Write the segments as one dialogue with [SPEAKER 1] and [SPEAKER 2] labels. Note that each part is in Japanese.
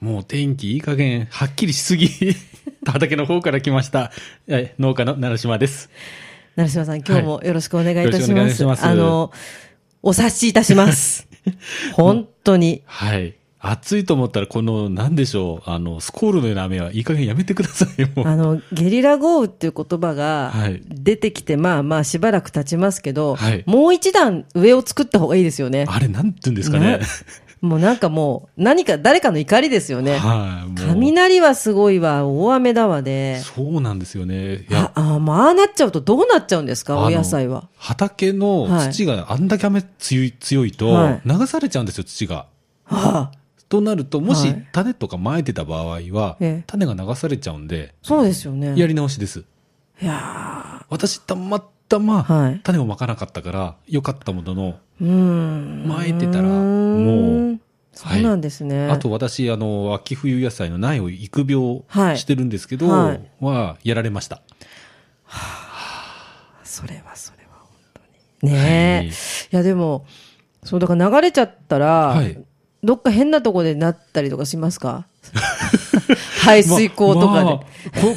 [SPEAKER 1] もう天気いい加減、はっきり しすぎ。畑の方から来ました。え農家の奈良島です。
[SPEAKER 2] 成島さん、今日もよろしくお願いいたし
[SPEAKER 1] よろしくお
[SPEAKER 2] ま
[SPEAKER 1] 願い
[SPEAKER 2] す。
[SPEAKER 1] します
[SPEAKER 2] あの、お察しいたし ます。本当に。
[SPEAKER 1] はい。暑いと思ったら、この、なんでしょう、あの、スコールのような雨はいい加減やめてくださいよ。
[SPEAKER 2] あの、ゲリラ豪雨っていう言葉が
[SPEAKER 1] はい
[SPEAKER 2] 出てきて、まあまあしばらく経ちますけど、
[SPEAKER 1] はい
[SPEAKER 2] もう一段上を作った方がいいですよね。
[SPEAKER 1] あれ、なんて言うんですかね。
[SPEAKER 2] もうなんかもう、何か誰かの怒りですよね。
[SPEAKER 1] はい。もう
[SPEAKER 2] 雷はすごいわ、大雨だわで、
[SPEAKER 1] そうなんですよね。い
[SPEAKER 2] あ
[SPEAKER 1] や、
[SPEAKER 2] あまあああなっちゃうとどうなっちゃうんです
[SPEAKER 1] あ
[SPEAKER 2] か、
[SPEAKER 1] の
[SPEAKER 2] お野菜は。。
[SPEAKER 1] 畑の土があんだけ雨強い強いと
[SPEAKER 2] はい、
[SPEAKER 1] 流されちゃうんですよ、土が。
[SPEAKER 2] はあ、
[SPEAKER 1] となると、
[SPEAKER 2] は
[SPEAKER 1] もし
[SPEAKER 2] い
[SPEAKER 1] 種とかまいてた場合は
[SPEAKER 2] ええ、
[SPEAKER 1] 種が流されちゃうんで、
[SPEAKER 2] そうですよね。
[SPEAKER 1] やり直しです。
[SPEAKER 2] いや
[SPEAKER 1] 私たまたま、
[SPEAKER 2] はい
[SPEAKER 1] 種をまかなかったからよかったものの、
[SPEAKER 2] ーうーん。
[SPEAKER 1] まいてたら
[SPEAKER 2] ーん
[SPEAKER 1] もう
[SPEAKER 2] そうなんですね。
[SPEAKER 1] あと私あの秋冬野菜の苗を育
[SPEAKER 2] はい
[SPEAKER 1] 苗してるんですけど、
[SPEAKER 2] は
[SPEAKER 1] はいやられました
[SPEAKER 2] それはそれは本当に。ねえ。
[SPEAKER 1] はい
[SPEAKER 2] い、やでも、そうだから流れちゃったら、
[SPEAKER 1] はい
[SPEAKER 2] どっか変なとこでなったりとかしますか 排水溝とかで。
[SPEAKER 1] ままあ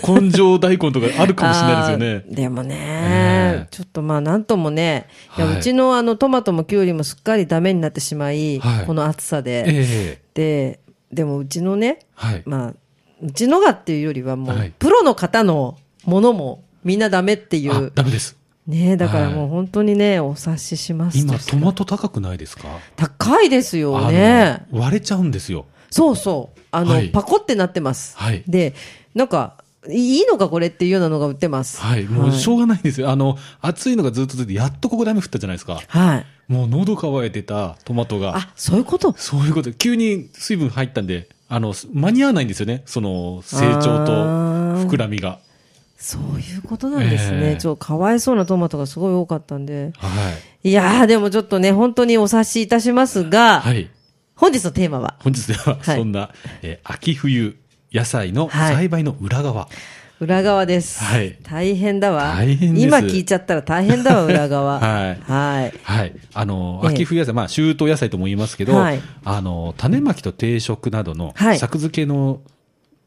[SPEAKER 1] こ根性大根とかあるかもしれないですよ
[SPEAKER 2] あーでもね、
[SPEAKER 1] ええ
[SPEAKER 2] ちょっとまあなんともね、いや
[SPEAKER 1] はいう
[SPEAKER 2] ちのあのトマトもキュウリもすっかりダメになってしまい、
[SPEAKER 1] はい
[SPEAKER 2] この暑さ
[SPEAKER 1] ね
[SPEAKER 2] で、
[SPEAKER 1] ええ
[SPEAKER 2] で、でもうちのね、
[SPEAKER 1] はい、
[SPEAKER 2] まあ、うちのがっていうよりはもう、
[SPEAKER 1] はい
[SPEAKER 2] プロの方のものもみんなダメってい
[SPEAKER 1] あ
[SPEAKER 2] う
[SPEAKER 1] ダメです
[SPEAKER 2] ねえ、だからもう本当にね、お察しします
[SPEAKER 1] 今トマ
[SPEAKER 2] ト。
[SPEAKER 1] ト高くないですか
[SPEAKER 2] 高いですよね。
[SPEAKER 1] あの割れちゃうんですよ
[SPEAKER 2] そうそう。あの、
[SPEAKER 1] はい
[SPEAKER 2] パコってなってます。
[SPEAKER 1] はい
[SPEAKER 2] で、なんか、いいいのかこれっていうようなのが売ってます。
[SPEAKER 1] はいもうし
[SPEAKER 2] ょ
[SPEAKER 1] ょうがないんですよ、あの暑いのがずっと続いてやっとここで雨降ったじゃないですか
[SPEAKER 2] はい。
[SPEAKER 1] もう喉乾いてたトマトが
[SPEAKER 2] あ、そういうこと。
[SPEAKER 1] そういうこと、急に水分入ったんで、あの、間に合わないんですよね。その、成長と
[SPEAKER 2] あー
[SPEAKER 1] 膨らみが。
[SPEAKER 2] そういうことなんですね。
[SPEAKER 1] ええ
[SPEAKER 2] ちょっとかわいそうなトマトがすごい多かったんで。
[SPEAKER 1] はい。
[SPEAKER 2] いやー、でもちょっとね、本当にお察しいたしますが、
[SPEAKER 1] はい。
[SPEAKER 2] 本日のテーマは、
[SPEAKER 1] 本日では、
[SPEAKER 2] はい
[SPEAKER 1] そんな、えー秋冬野菜の
[SPEAKER 2] はい
[SPEAKER 1] 栽培の裏側。
[SPEAKER 2] 裏側です。
[SPEAKER 1] はい
[SPEAKER 2] 大変だわ。
[SPEAKER 1] 大変です
[SPEAKER 2] 今聞いちゃったら大変だわ、裏側。
[SPEAKER 1] はい
[SPEAKER 2] はい。
[SPEAKER 1] はい。あの、
[SPEAKER 2] ええ
[SPEAKER 1] 秋冬野菜、まあ、秋冬野菜とも言いますけど、
[SPEAKER 2] はい
[SPEAKER 1] あの、種まきと定食などの
[SPEAKER 2] はい、
[SPEAKER 1] 作付けの、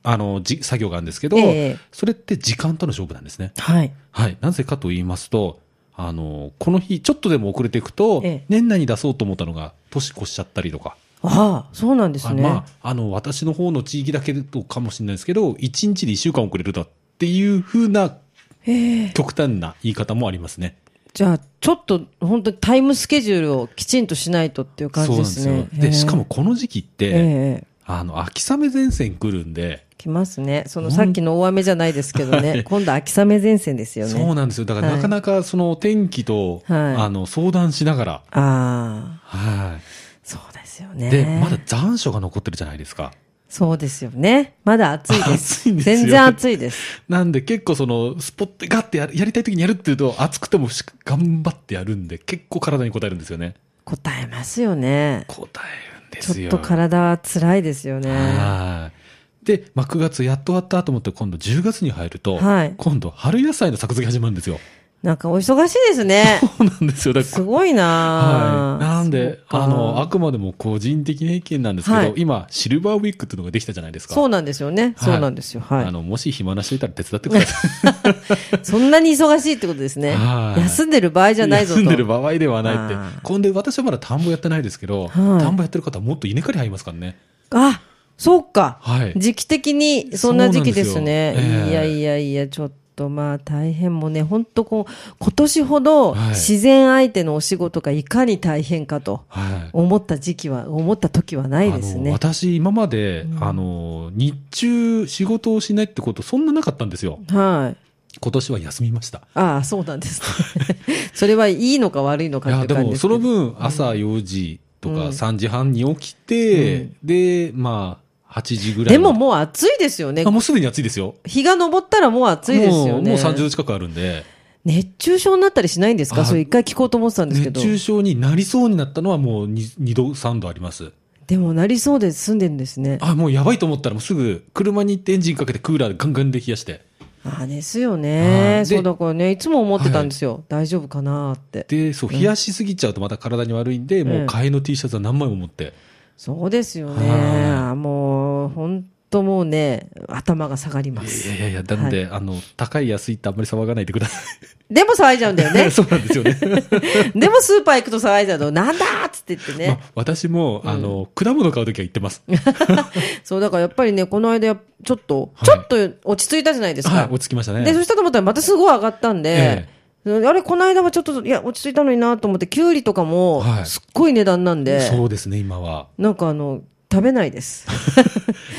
[SPEAKER 1] あの、じ、作業があるんですけど、
[SPEAKER 2] ええ
[SPEAKER 1] それって時間との勝負なんですね。
[SPEAKER 2] はい。
[SPEAKER 1] はい。なぜかと言いますと、あの、この日、ちょっとでも遅れていくと、
[SPEAKER 2] ええ
[SPEAKER 1] 年内に出そうと思ったのが、年越しちゃったりとか。
[SPEAKER 2] ああ、そうなんです
[SPEAKER 1] あ
[SPEAKER 2] ね。
[SPEAKER 1] まあ、あの、私の方の地域だけとかもしれないですけど、1日で1週間遅れるだっていうふうな、
[SPEAKER 2] ええ
[SPEAKER 1] 極端な言い方もありますね。
[SPEAKER 2] じゃあ、ちょっと本当にタイムスケジュールをきちんとしないとっていう感
[SPEAKER 1] そ
[SPEAKER 2] じで
[SPEAKER 1] うなんですすよ
[SPEAKER 2] ね。。
[SPEAKER 1] で、
[SPEAKER 2] ええ
[SPEAKER 1] しかも、この時期って、
[SPEAKER 2] ええええ
[SPEAKER 1] あの、秋雨前線来るんで、
[SPEAKER 2] 来ますね。そのさっきの大雨じゃないですけどね、今度秋雨前線ですよね。
[SPEAKER 1] そうなんですよ。だから、
[SPEAKER 2] はい
[SPEAKER 1] なかなか、その、天気と、
[SPEAKER 2] はい
[SPEAKER 1] あの、相談しながら、
[SPEAKER 2] ああ、
[SPEAKER 1] は
[SPEAKER 2] そうですよ
[SPEAKER 1] い。
[SPEAKER 2] ね。
[SPEAKER 1] で、まだ残暑が残ってるじゃないですか。
[SPEAKER 2] そうですよね。まだ暑いです。
[SPEAKER 1] 暑いんですよ
[SPEAKER 2] 全然暑いです。
[SPEAKER 1] なんで結構その、スポッてガッてやるやりたい時にやるっていうと、熱くてもし頑張ってやるんで、結構体に応えるんですよね。
[SPEAKER 2] 答えますよね。
[SPEAKER 1] 応えるんです
[SPEAKER 2] ちょっ
[SPEAKER 1] よ。
[SPEAKER 2] と体は辛いですよね。
[SPEAKER 1] はい。で、まあ、9月やっと終わったと思って、今度10月に入ると、
[SPEAKER 2] はい
[SPEAKER 1] 今度春野菜の作付け始まるんですよ。
[SPEAKER 2] なんかお忙しいですね。
[SPEAKER 1] そうなんですよ。だから
[SPEAKER 2] すごいな
[SPEAKER 1] は
[SPEAKER 2] あ
[SPEAKER 1] い。なんで、
[SPEAKER 2] そうか
[SPEAKER 1] あの、あくまでも個人的な意見なんですけど、
[SPEAKER 2] はい
[SPEAKER 1] 今、シルバーウィークっていうのができたじゃないですか。
[SPEAKER 2] そう
[SPEAKER 1] う
[SPEAKER 2] なんですよね。そうなんですよ。はい。
[SPEAKER 1] あの、もし暇な人いたら手伝ってください。
[SPEAKER 2] そんなに忙しいってことですね。
[SPEAKER 1] はい
[SPEAKER 2] 休んでる場合じゃないぞと。
[SPEAKER 1] 休んでる場合ではないって
[SPEAKER 2] あー。
[SPEAKER 1] こんで、私はまだ田んぼやってないですけど、
[SPEAKER 2] はい
[SPEAKER 1] 田んぼやってる方はもっと稲刈り入りますからね。
[SPEAKER 2] あ、そうか。
[SPEAKER 1] はい
[SPEAKER 2] 時期的に、そんな時期ですね。
[SPEAKER 1] そうなんですよええ
[SPEAKER 2] いやいやいや、ちょっとまあ大変もね、本当こう、今年ほど
[SPEAKER 1] はい
[SPEAKER 2] 自然相手のお仕事がいかに大変かと
[SPEAKER 1] はい。
[SPEAKER 2] 思った時期は、思った時はないです
[SPEAKER 1] あの
[SPEAKER 2] ね。
[SPEAKER 1] 私、今まで、
[SPEAKER 2] うん
[SPEAKER 1] あの、日中仕事をしないってこと、そんななかったんですよ。
[SPEAKER 2] はい。
[SPEAKER 1] 今年は休みました。
[SPEAKER 2] ああ、そうなんですね。 それはいいのか悪いの
[SPEAKER 1] い
[SPEAKER 2] かっ
[SPEAKER 1] や、
[SPEAKER 2] て
[SPEAKER 1] で
[SPEAKER 2] 感じ
[SPEAKER 1] も、
[SPEAKER 2] ですけど
[SPEAKER 1] その分、朝4時と
[SPEAKER 2] うん
[SPEAKER 1] か3時半に起きて、で、まあ、 8時ぐらい
[SPEAKER 2] で
[SPEAKER 1] ま
[SPEAKER 2] ももう暑いですよね
[SPEAKER 1] あ。もうすでに暑いですよ
[SPEAKER 2] 日が昇ったらもう暑いですよね。
[SPEAKER 1] もうもう30度近くあるんで
[SPEAKER 2] 熱中症になったりしないんですか
[SPEAKER 1] あ
[SPEAKER 2] それ一回聞こうと思ってたんですけ
[SPEAKER 1] 熱
[SPEAKER 2] ど。
[SPEAKER 1] 中症になりそうになったのはもう 2, 度3度あります
[SPEAKER 2] でもなりそうで住んでるんですね。
[SPEAKER 1] あもうやばいと思ったらもうすぐ車に行ってエンジンかけてクーラーガンガンで冷やして
[SPEAKER 2] ああですよね
[SPEAKER 1] は。いで
[SPEAKER 2] そうだからね、いつも思ってたんですよ。大丈夫かなーって。
[SPEAKER 1] でそう冷やしすぎちゃうとまた体に悪いんで、もう替えの T シャツは何枚も持って
[SPEAKER 2] そうですよね。
[SPEAKER 1] はい
[SPEAKER 2] あーもう、本当もうね、頭が下がりま
[SPEAKER 1] い
[SPEAKER 2] す。
[SPEAKER 1] やいやいやなんで、あの高い安いってあんまり騒がないでくださ
[SPEAKER 2] でも騒いじゃうんだよ
[SPEAKER 1] い、。
[SPEAKER 2] ね
[SPEAKER 1] そうなんですよね
[SPEAKER 2] でもスーパー行くと騒いじゃうと、なんだーっつって言ってね。
[SPEAKER 1] まあ、私も、あの、果物買うときは行ってます。
[SPEAKER 2] そう、だからやっぱりね、この間、ちょっと、
[SPEAKER 1] はい
[SPEAKER 2] ちょっと落ち着いたじゃないです
[SPEAKER 1] はい
[SPEAKER 2] か、。
[SPEAKER 1] 落ち着きましたね。
[SPEAKER 2] で、そしたと思ったらまたすごい上がったんで
[SPEAKER 1] え、
[SPEAKER 2] あれ、この間はちょっと、いや、落ち着いたのになと思って、きゅうりとかも
[SPEAKER 1] は、い
[SPEAKER 2] すっごい値段なんで、
[SPEAKER 1] そうですね、今は。
[SPEAKER 2] なんかあの、食べないです。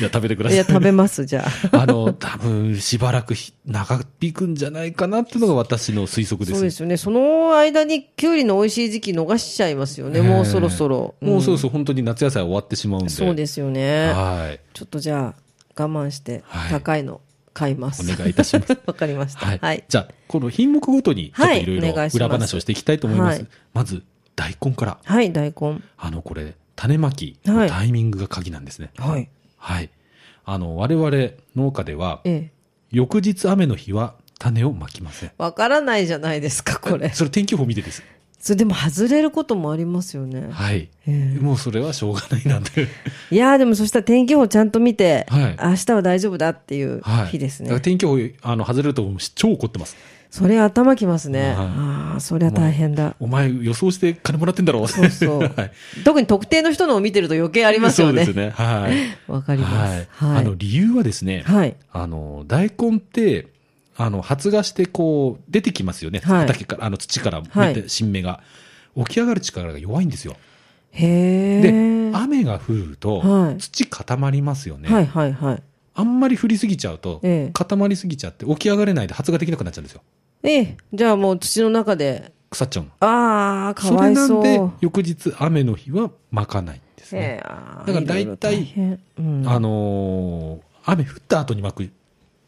[SPEAKER 1] いや、食べてくだ
[SPEAKER 2] い
[SPEAKER 1] さい。
[SPEAKER 2] や、食べます、じゃあ。
[SPEAKER 1] あの、多分、しばらくひ長引くんじゃないかなっていうのが私の推測で
[SPEAKER 2] そう
[SPEAKER 1] す。
[SPEAKER 2] ですよね。その間に、きゅうりの美味しい時期逃しちゃいますよね。もうそろそろ。
[SPEAKER 1] もうそろ
[SPEAKER 2] そ
[SPEAKER 1] そろ本当に夏野菜は終わってしまうんで。
[SPEAKER 2] そうですよね。
[SPEAKER 1] はい。
[SPEAKER 2] ちょっとじゃあ、我慢して
[SPEAKER 1] は、い
[SPEAKER 2] 高いの買います。
[SPEAKER 1] お願いいたします
[SPEAKER 2] わかりました。
[SPEAKER 1] はい。
[SPEAKER 2] はい。
[SPEAKER 1] じゃあ、この品目ごとに、ちょっと
[SPEAKER 2] はい
[SPEAKER 1] いろい
[SPEAKER 2] お願い
[SPEAKER 1] ろ
[SPEAKER 2] します
[SPEAKER 1] 裏話をしていきたいと思います。
[SPEAKER 2] はい
[SPEAKER 1] まず、大根から。
[SPEAKER 2] はい、大根。
[SPEAKER 1] あの、これ、種まき、
[SPEAKER 2] はい
[SPEAKER 1] タイミングが鍵なんですね。
[SPEAKER 2] はい。
[SPEAKER 1] はい。あの、我々、農家では、
[SPEAKER 2] ええ。
[SPEAKER 1] 翌日雨の日は種をまきません。
[SPEAKER 2] わからないじゃないですか、これ。
[SPEAKER 1] それ天気予報見てです。
[SPEAKER 2] それでも外れることもありますよね。
[SPEAKER 1] はい。
[SPEAKER 2] え
[SPEAKER 1] もうそれはしょうがないな んで。
[SPEAKER 2] えいやーでもそしたら天気予報ちゃんと見て、
[SPEAKER 1] はい
[SPEAKER 2] 明日は大丈夫だっていう
[SPEAKER 1] はい。
[SPEAKER 2] 日です
[SPEAKER 1] だか
[SPEAKER 2] ね
[SPEAKER 1] ら。天気予報、あの、外れると思うし、超怒ってます。
[SPEAKER 2] それ頭きますね。
[SPEAKER 1] はい
[SPEAKER 2] ああ、そりゃ大変だ。
[SPEAKER 1] お前予想して金もらってんだろう。
[SPEAKER 2] そうそう
[SPEAKER 1] はい。
[SPEAKER 2] 特に特定の人のを見てると余計ありますよね
[SPEAKER 1] そう。ですね。は い。
[SPEAKER 2] わ、かります。
[SPEAKER 1] はい。
[SPEAKER 2] は
[SPEAKER 1] あ
[SPEAKER 2] い。
[SPEAKER 1] の、理由はですね、
[SPEAKER 2] はい。
[SPEAKER 1] あの、大根って、あの、発芽してこう、出てきますよね。
[SPEAKER 2] はい
[SPEAKER 1] 畑から、あの、土から、
[SPEAKER 2] はい
[SPEAKER 1] 新芽が。起き上がる力が弱いんですよ。
[SPEAKER 2] へ
[SPEAKER 1] で
[SPEAKER 2] え。、
[SPEAKER 1] 雨が降る
[SPEAKER 2] は
[SPEAKER 1] と
[SPEAKER 2] い、
[SPEAKER 1] 土固まりますよね。
[SPEAKER 2] はいはいはい。
[SPEAKER 1] あんまり降りすぎちゃうと
[SPEAKER 2] ええ、
[SPEAKER 1] 固まりすぎちゃって、起き上がれないで発芽できなくなっちゃうんですよ。
[SPEAKER 2] ええ、じゃあもう土の中で、
[SPEAKER 1] 腐っちゃうの。
[SPEAKER 2] ああ、か
[SPEAKER 1] そ
[SPEAKER 2] わ
[SPEAKER 1] れ
[SPEAKER 2] い
[SPEAKER 1] な
[SPEAKER 2] そ
[SPEAKER 1] ん
[SPEAKER 2] う。
[SPEAKER 1] で、翌日雨の日はまかないんです
[SPEAKER 2] え
[SPEAKER 1] ね。
[SPEAKER 2] えあー
[SPEAKER 1] だから
[SPEAKER 2] いろいろ
[SPEAKER 1] 大体
[SPEAKER 2] 大変うん
[SPEAKER 1] あのー雨降った後にまく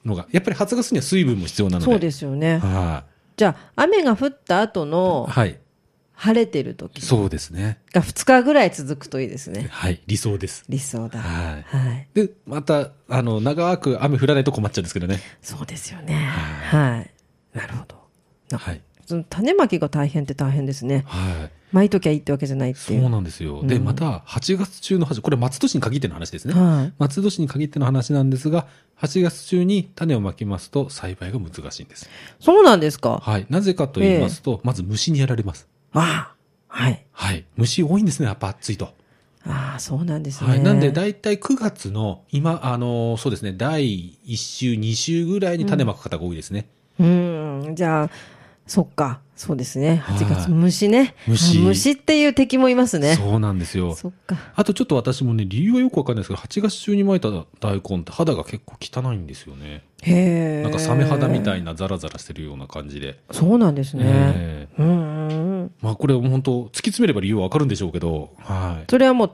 [SPEAKER 1] のが、やっぱり発芽するには水分も必要なので。
[SPEAKER 2] そうですよね。
[SPEAKER 1] は
[SPEAKER 2] じゃあ、雨が降った後
[SPEAKER 1] い。
[SPEAKER 2] の
[SPEAKER 1] はい。
[SPEAKER 2] 晴れてる時
[SPEAKER 1] そうですね。
[SPEAKER 2] が2日ぐらい続くといいですね。
[SPEAKER 1] はい。理想です。
[SPEAKER 2] 理想だ。は
[SPEAKER 1] はい。
[SPEAKER 2] い。
[SPEAKER 1] で、また、あの、長く雨降らないと困っちゃうんですけどね。
[SPEAKER 2] そうですよね。はい。なるほど。な
[SPEAKER 1] はい。
[SPEAKER 2] その種まきが大変って大変ですね。
[SPEAKER 1] はい。
[SPEAKER 2] 巻いときゃいいってわけじゃないって
[SPEAKER 1] そ
[SPEAKER 2] いうう。
[SPEAKER 1] なんですよ。で、また、8月中の話、これ松戸市に限っての話ですね。
[SPEAKER 2] はい。
[SPEAKER 1] 松戸市に限っての話なんですが、8月中に種をまきますと栽培が難しいんです。
[SPEAKER 2] そうなんですか。
[SPEAKER 1] はい。なぜかと言いますと、まず虫にやられます。
[SPEAKER 2] ああ。はい。
[SPEAKER 1] はい。虫多いんですね、やっぱ暑いと。
[SPEAKER 2] ああ、そうなんですね。
[SPEAKER 1] はい。なんで、大体9月の、今、あのーそうですね、第1週、2週ぐらいに種まく方が多いですね。
[SPEAKER 2] うん。じゃあ、そっか。そうですね。8
[SPEAKER 1] は
[SPEAKER 2] 月、
[SPEAKER 1] い
[SPEAKER 2] 虫ね。
[SPEAKER 1] 虫
[SPEAKER 2] あ虫っていう敵もいますね。
[SPEAKER 1] そうなんですよ。
[SPEAKER 2] そっか。
[SPEAKER 1] あとちょっと私もね、理由はよくわかんないですけど、8月中にまいた大根って肌が結構汚いんですよね。
[SPEAKER 2] へえ。
[SPEAKER 1] なんかサメ肌みた
[SPEAKER 2] い。
[SPEAKER 1] いなザラザラしてるような感じで。
[SPEAKER 2] そうなんですね。
[SPEAKER 1] ええ
[SPEAKER 2] うんうんうん。
[SPEAKER 1] まあこれも本当突き詰めれば理由はわかるんでしょうけど、はい。
[SPEAKER 2] それはもう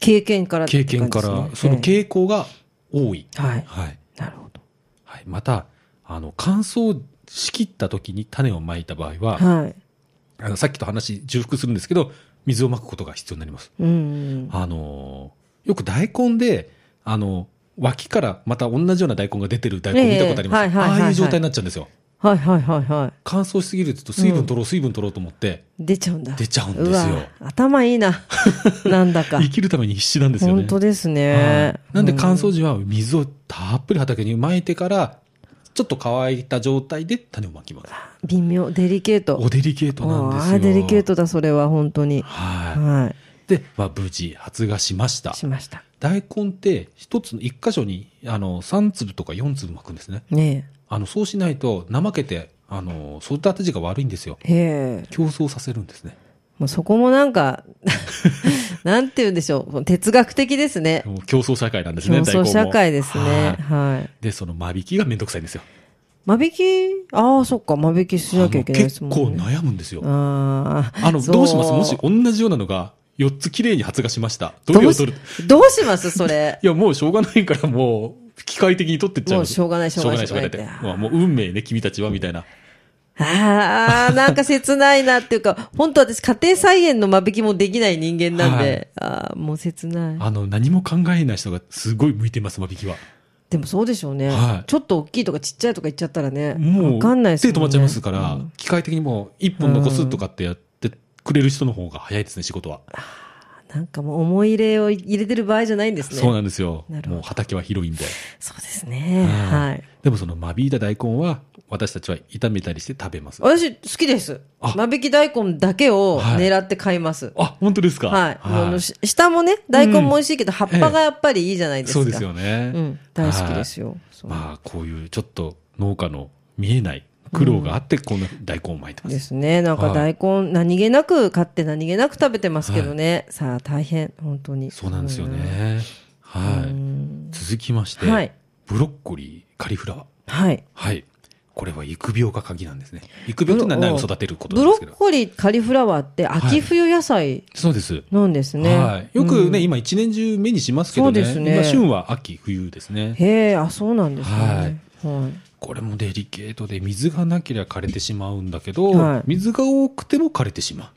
[SPEAKER 2] 経験からって
[SPEAKER 1] 経
[SPEAKER 2] 感じですね、
[SPEAKER 1] 験から、その
[SPEAKER 2] え
[SPEAKER 1] 傾向が多い。
[SPEAKER 2] えはい。
[SPEAKER 1] はい。
[SPEAKER 2] なるほど。
[SPEAKER 1] はい、またあの乾燥しきった時に種をまいた場合は、
[SPEAKER 2] はい。
[SPEAKER 1] あのさっきと話重複するんですけど水をまくことが必要になります、
[SPEAKER 2] うん。
[SPEAKER 1] あのーよく大根であの脇からまた同じような大根が出てる大根
[SPEAKER 2] ええ
[SPEAKER 1] 見たことあります、
[SPEAKER 2] はいはいはいはい
[SPEAKER 1] ああいう状態になっちゃうんですよ
[SPEAKER 2] はいはいはいは
[SPEAKER 1] 乾燥しすぎると水分取ろう、水分取ろうと思って
[SPEAKER 2] い。出ちゃうんだ。
[SPEAKER 1] 出ちゃうんですよ
[SPEAKER 2] わ頭いい な。なんだか。
[SPEAKER 1] 生きるために必死なんですよね
[SPEAKER 2] 本当です
[SPEAKER 1] は
[SPEAKER 2] ね
[SPEAKER 1] い。なんで乾
[SPEAKER 2] う
[SPEAKER 1] 燥時は水をたっぷり畑にまいてからちょっと乾いた状態で種をまきます
[SPEAKER 2] ん微妙、デリケート。
[SPEAKER 1] おデリケートなんですよ
[SPEAKER 2] ああ、デリケートだ、それは、本当に。
[SPEAKER 1] はい、
[SPEAKER 2] は
[SPEAKER 1] で、まあ、無事発芽しました
[SPEAKER 2] い。しました。
[SPEAKER 1] 大根って一つの一箇所にあの3粒とか4粒巻くんですね
[SPEAKER 2] ね
[SPEAKER 1] あのそうしないと怠けてあの育て字が悪いんですよ
[SPEAKER 2] え。へえ。
[SPEAKER 1] 競争させるんですね
[SPEAKER 2] もうそこもなんか、 なんて言うんでしょう。哲学的ですね。
[SPEAKER 1] もう競争社会なんです
[SPEAKER 2] 競
[SPEAKER 1] ね大根
[SPEAKER 2] 争
[SPEAKER 1] も
[SPEAKER 2] 社会ですね
[SPEAKER 1] は。い
[SPEAKER 2] はい。
[SPEAKER 1] でその間引きがめんどくさいんですよ
[SPEAKER 2] 間引き、ああ、そっか、間引きしなきゃいけないですもんね。
[SPEAKER 1] あの結構悩むんですよ
[SPEAKER 2] ああ
[SPEAKER 1] あのどうしますもし同じようなのが4つ綺麗に発芽しました。どれを
[SPEAKER 2] し
[SPEAKER 1] 取る
[SPEAKER 2] どうしますそれ。
[SPEAKER 1] いや、もうしょうがないから、もう、機械的に取ってっちゃう。
[SPEAKER 2] もうしょうがないしょうがない
[SPEAKER 1] しょうがない、しょうが
[SPEAKER 2] しょ
[SPEAKER 1] な
[SPEAKER 2] うが
[SPEAKER 1] いっ
[SPEAKER 2] な
[SPEAKER 1] て
[SPEAKER 2] い
[SPEAKER 1] まあもう運命ね、君たちは、みたいな。
[SPEAKER 2] ああ、なんか切ないなっていうか、本当私家庭菜園の間引きもできない人間なんで、ああ、もう切ない。
[SPEAKER 1] あの、何も考えない人がすごい向いてます、間引きは。
[SPEAKER 2] でもそうでしょうね、
[SPEAKER 1] はい
[SPEAKER 2] ちょっと大きいとかちっちゃいとか言っちゃったらね、
[SPEAKER 1] もう、
[SPEAKER 2] わかんないですもんね。
[SPEAKER 1] 手止まっちゃいますか
[SPEAKER 2] う
[SPEAKER 1] ら
[SPEAKER 2] ん、
[SPEAKER 1] 機械的にもう、一本残すとかってやってくれる人の方が早いですね、仕事は。
[SPEAKER 2] なんかもう思い入れを入れてる場合じゃないんですね。
[SPEAKER 1] そうなんですよ。
[SPEAKER 2] なるほど
[SPEAKER 1] もう畑は広いんで。
[SPEAKER 2] そうですね。 はい。
[SPEAKER 1] でもその間引いた大根は、私たちは炒めたりして食べます。
[SPEAKER 2] 私、好きです。
[SPEAKER 1] あ
[SPEAKER 2] 間引き大根だけを
[SPEAKER 1] はい
[SPEAKER 2] 狙って買います。
[SPEAKER 1] あ、本当ですか
[SPEAKER 2] はい。もうあのし下もね、大根も美味しいけど、葉っぱがやっぱりいいじゃないですか。
[SPEAKER 1] そうですよね。
[SPEAKER 2] うん。大好きですよ。そう
[SPEAKER 1] まあ、こういうちょっと農家の見えない苦労があって、こんな大根を巻いてます。
[SPEAKER 2] ですね。なんか
[SPEAKER 1] は
[SPEAKER 2] 大根、何気なく買って何気なく食べてますけどね。さあ、大変。本当に。
[SPEAKER 1] そうなんですよね。はい。続きまして、
[SPEAKER 2] はい
[SPEAKER 1] ブロッコリー、カリフラワー。
[SPEAKER 2] はい。
[SPEAKER 1] はい。これは育苗が鍵なんですね。育苗っていうのは苗を育てること
[SPEAKER 2] ブ
[SPEAKER 1] なんで
[SPEAKER 2] ロ
[SPEAKER 1] すけ
[SPEAKER 2] ッ
[SPEAKER 1] ど。
[SPEAKER 2] コリー、カリフラワーって秋冬野菜
[SPEAKER 1] そうです。
[SPEAKER 2] なんですね。
[SPEAKER 1] はい、よくね、今一年中目にしますけどね。
[SPEAKER 2] そうですね
[SPEAKER 1] まあ旬は秋、冬ですね。
[SPEAKER 2] へえ、あ、そうなんですね。はい。
[SPEAKER 1] これもデリケートで、水がなければ枯れてしまうんだけど、
[SPEAKER 2] はい
[SPEAKER 1] 水が多くても枯れてしまう。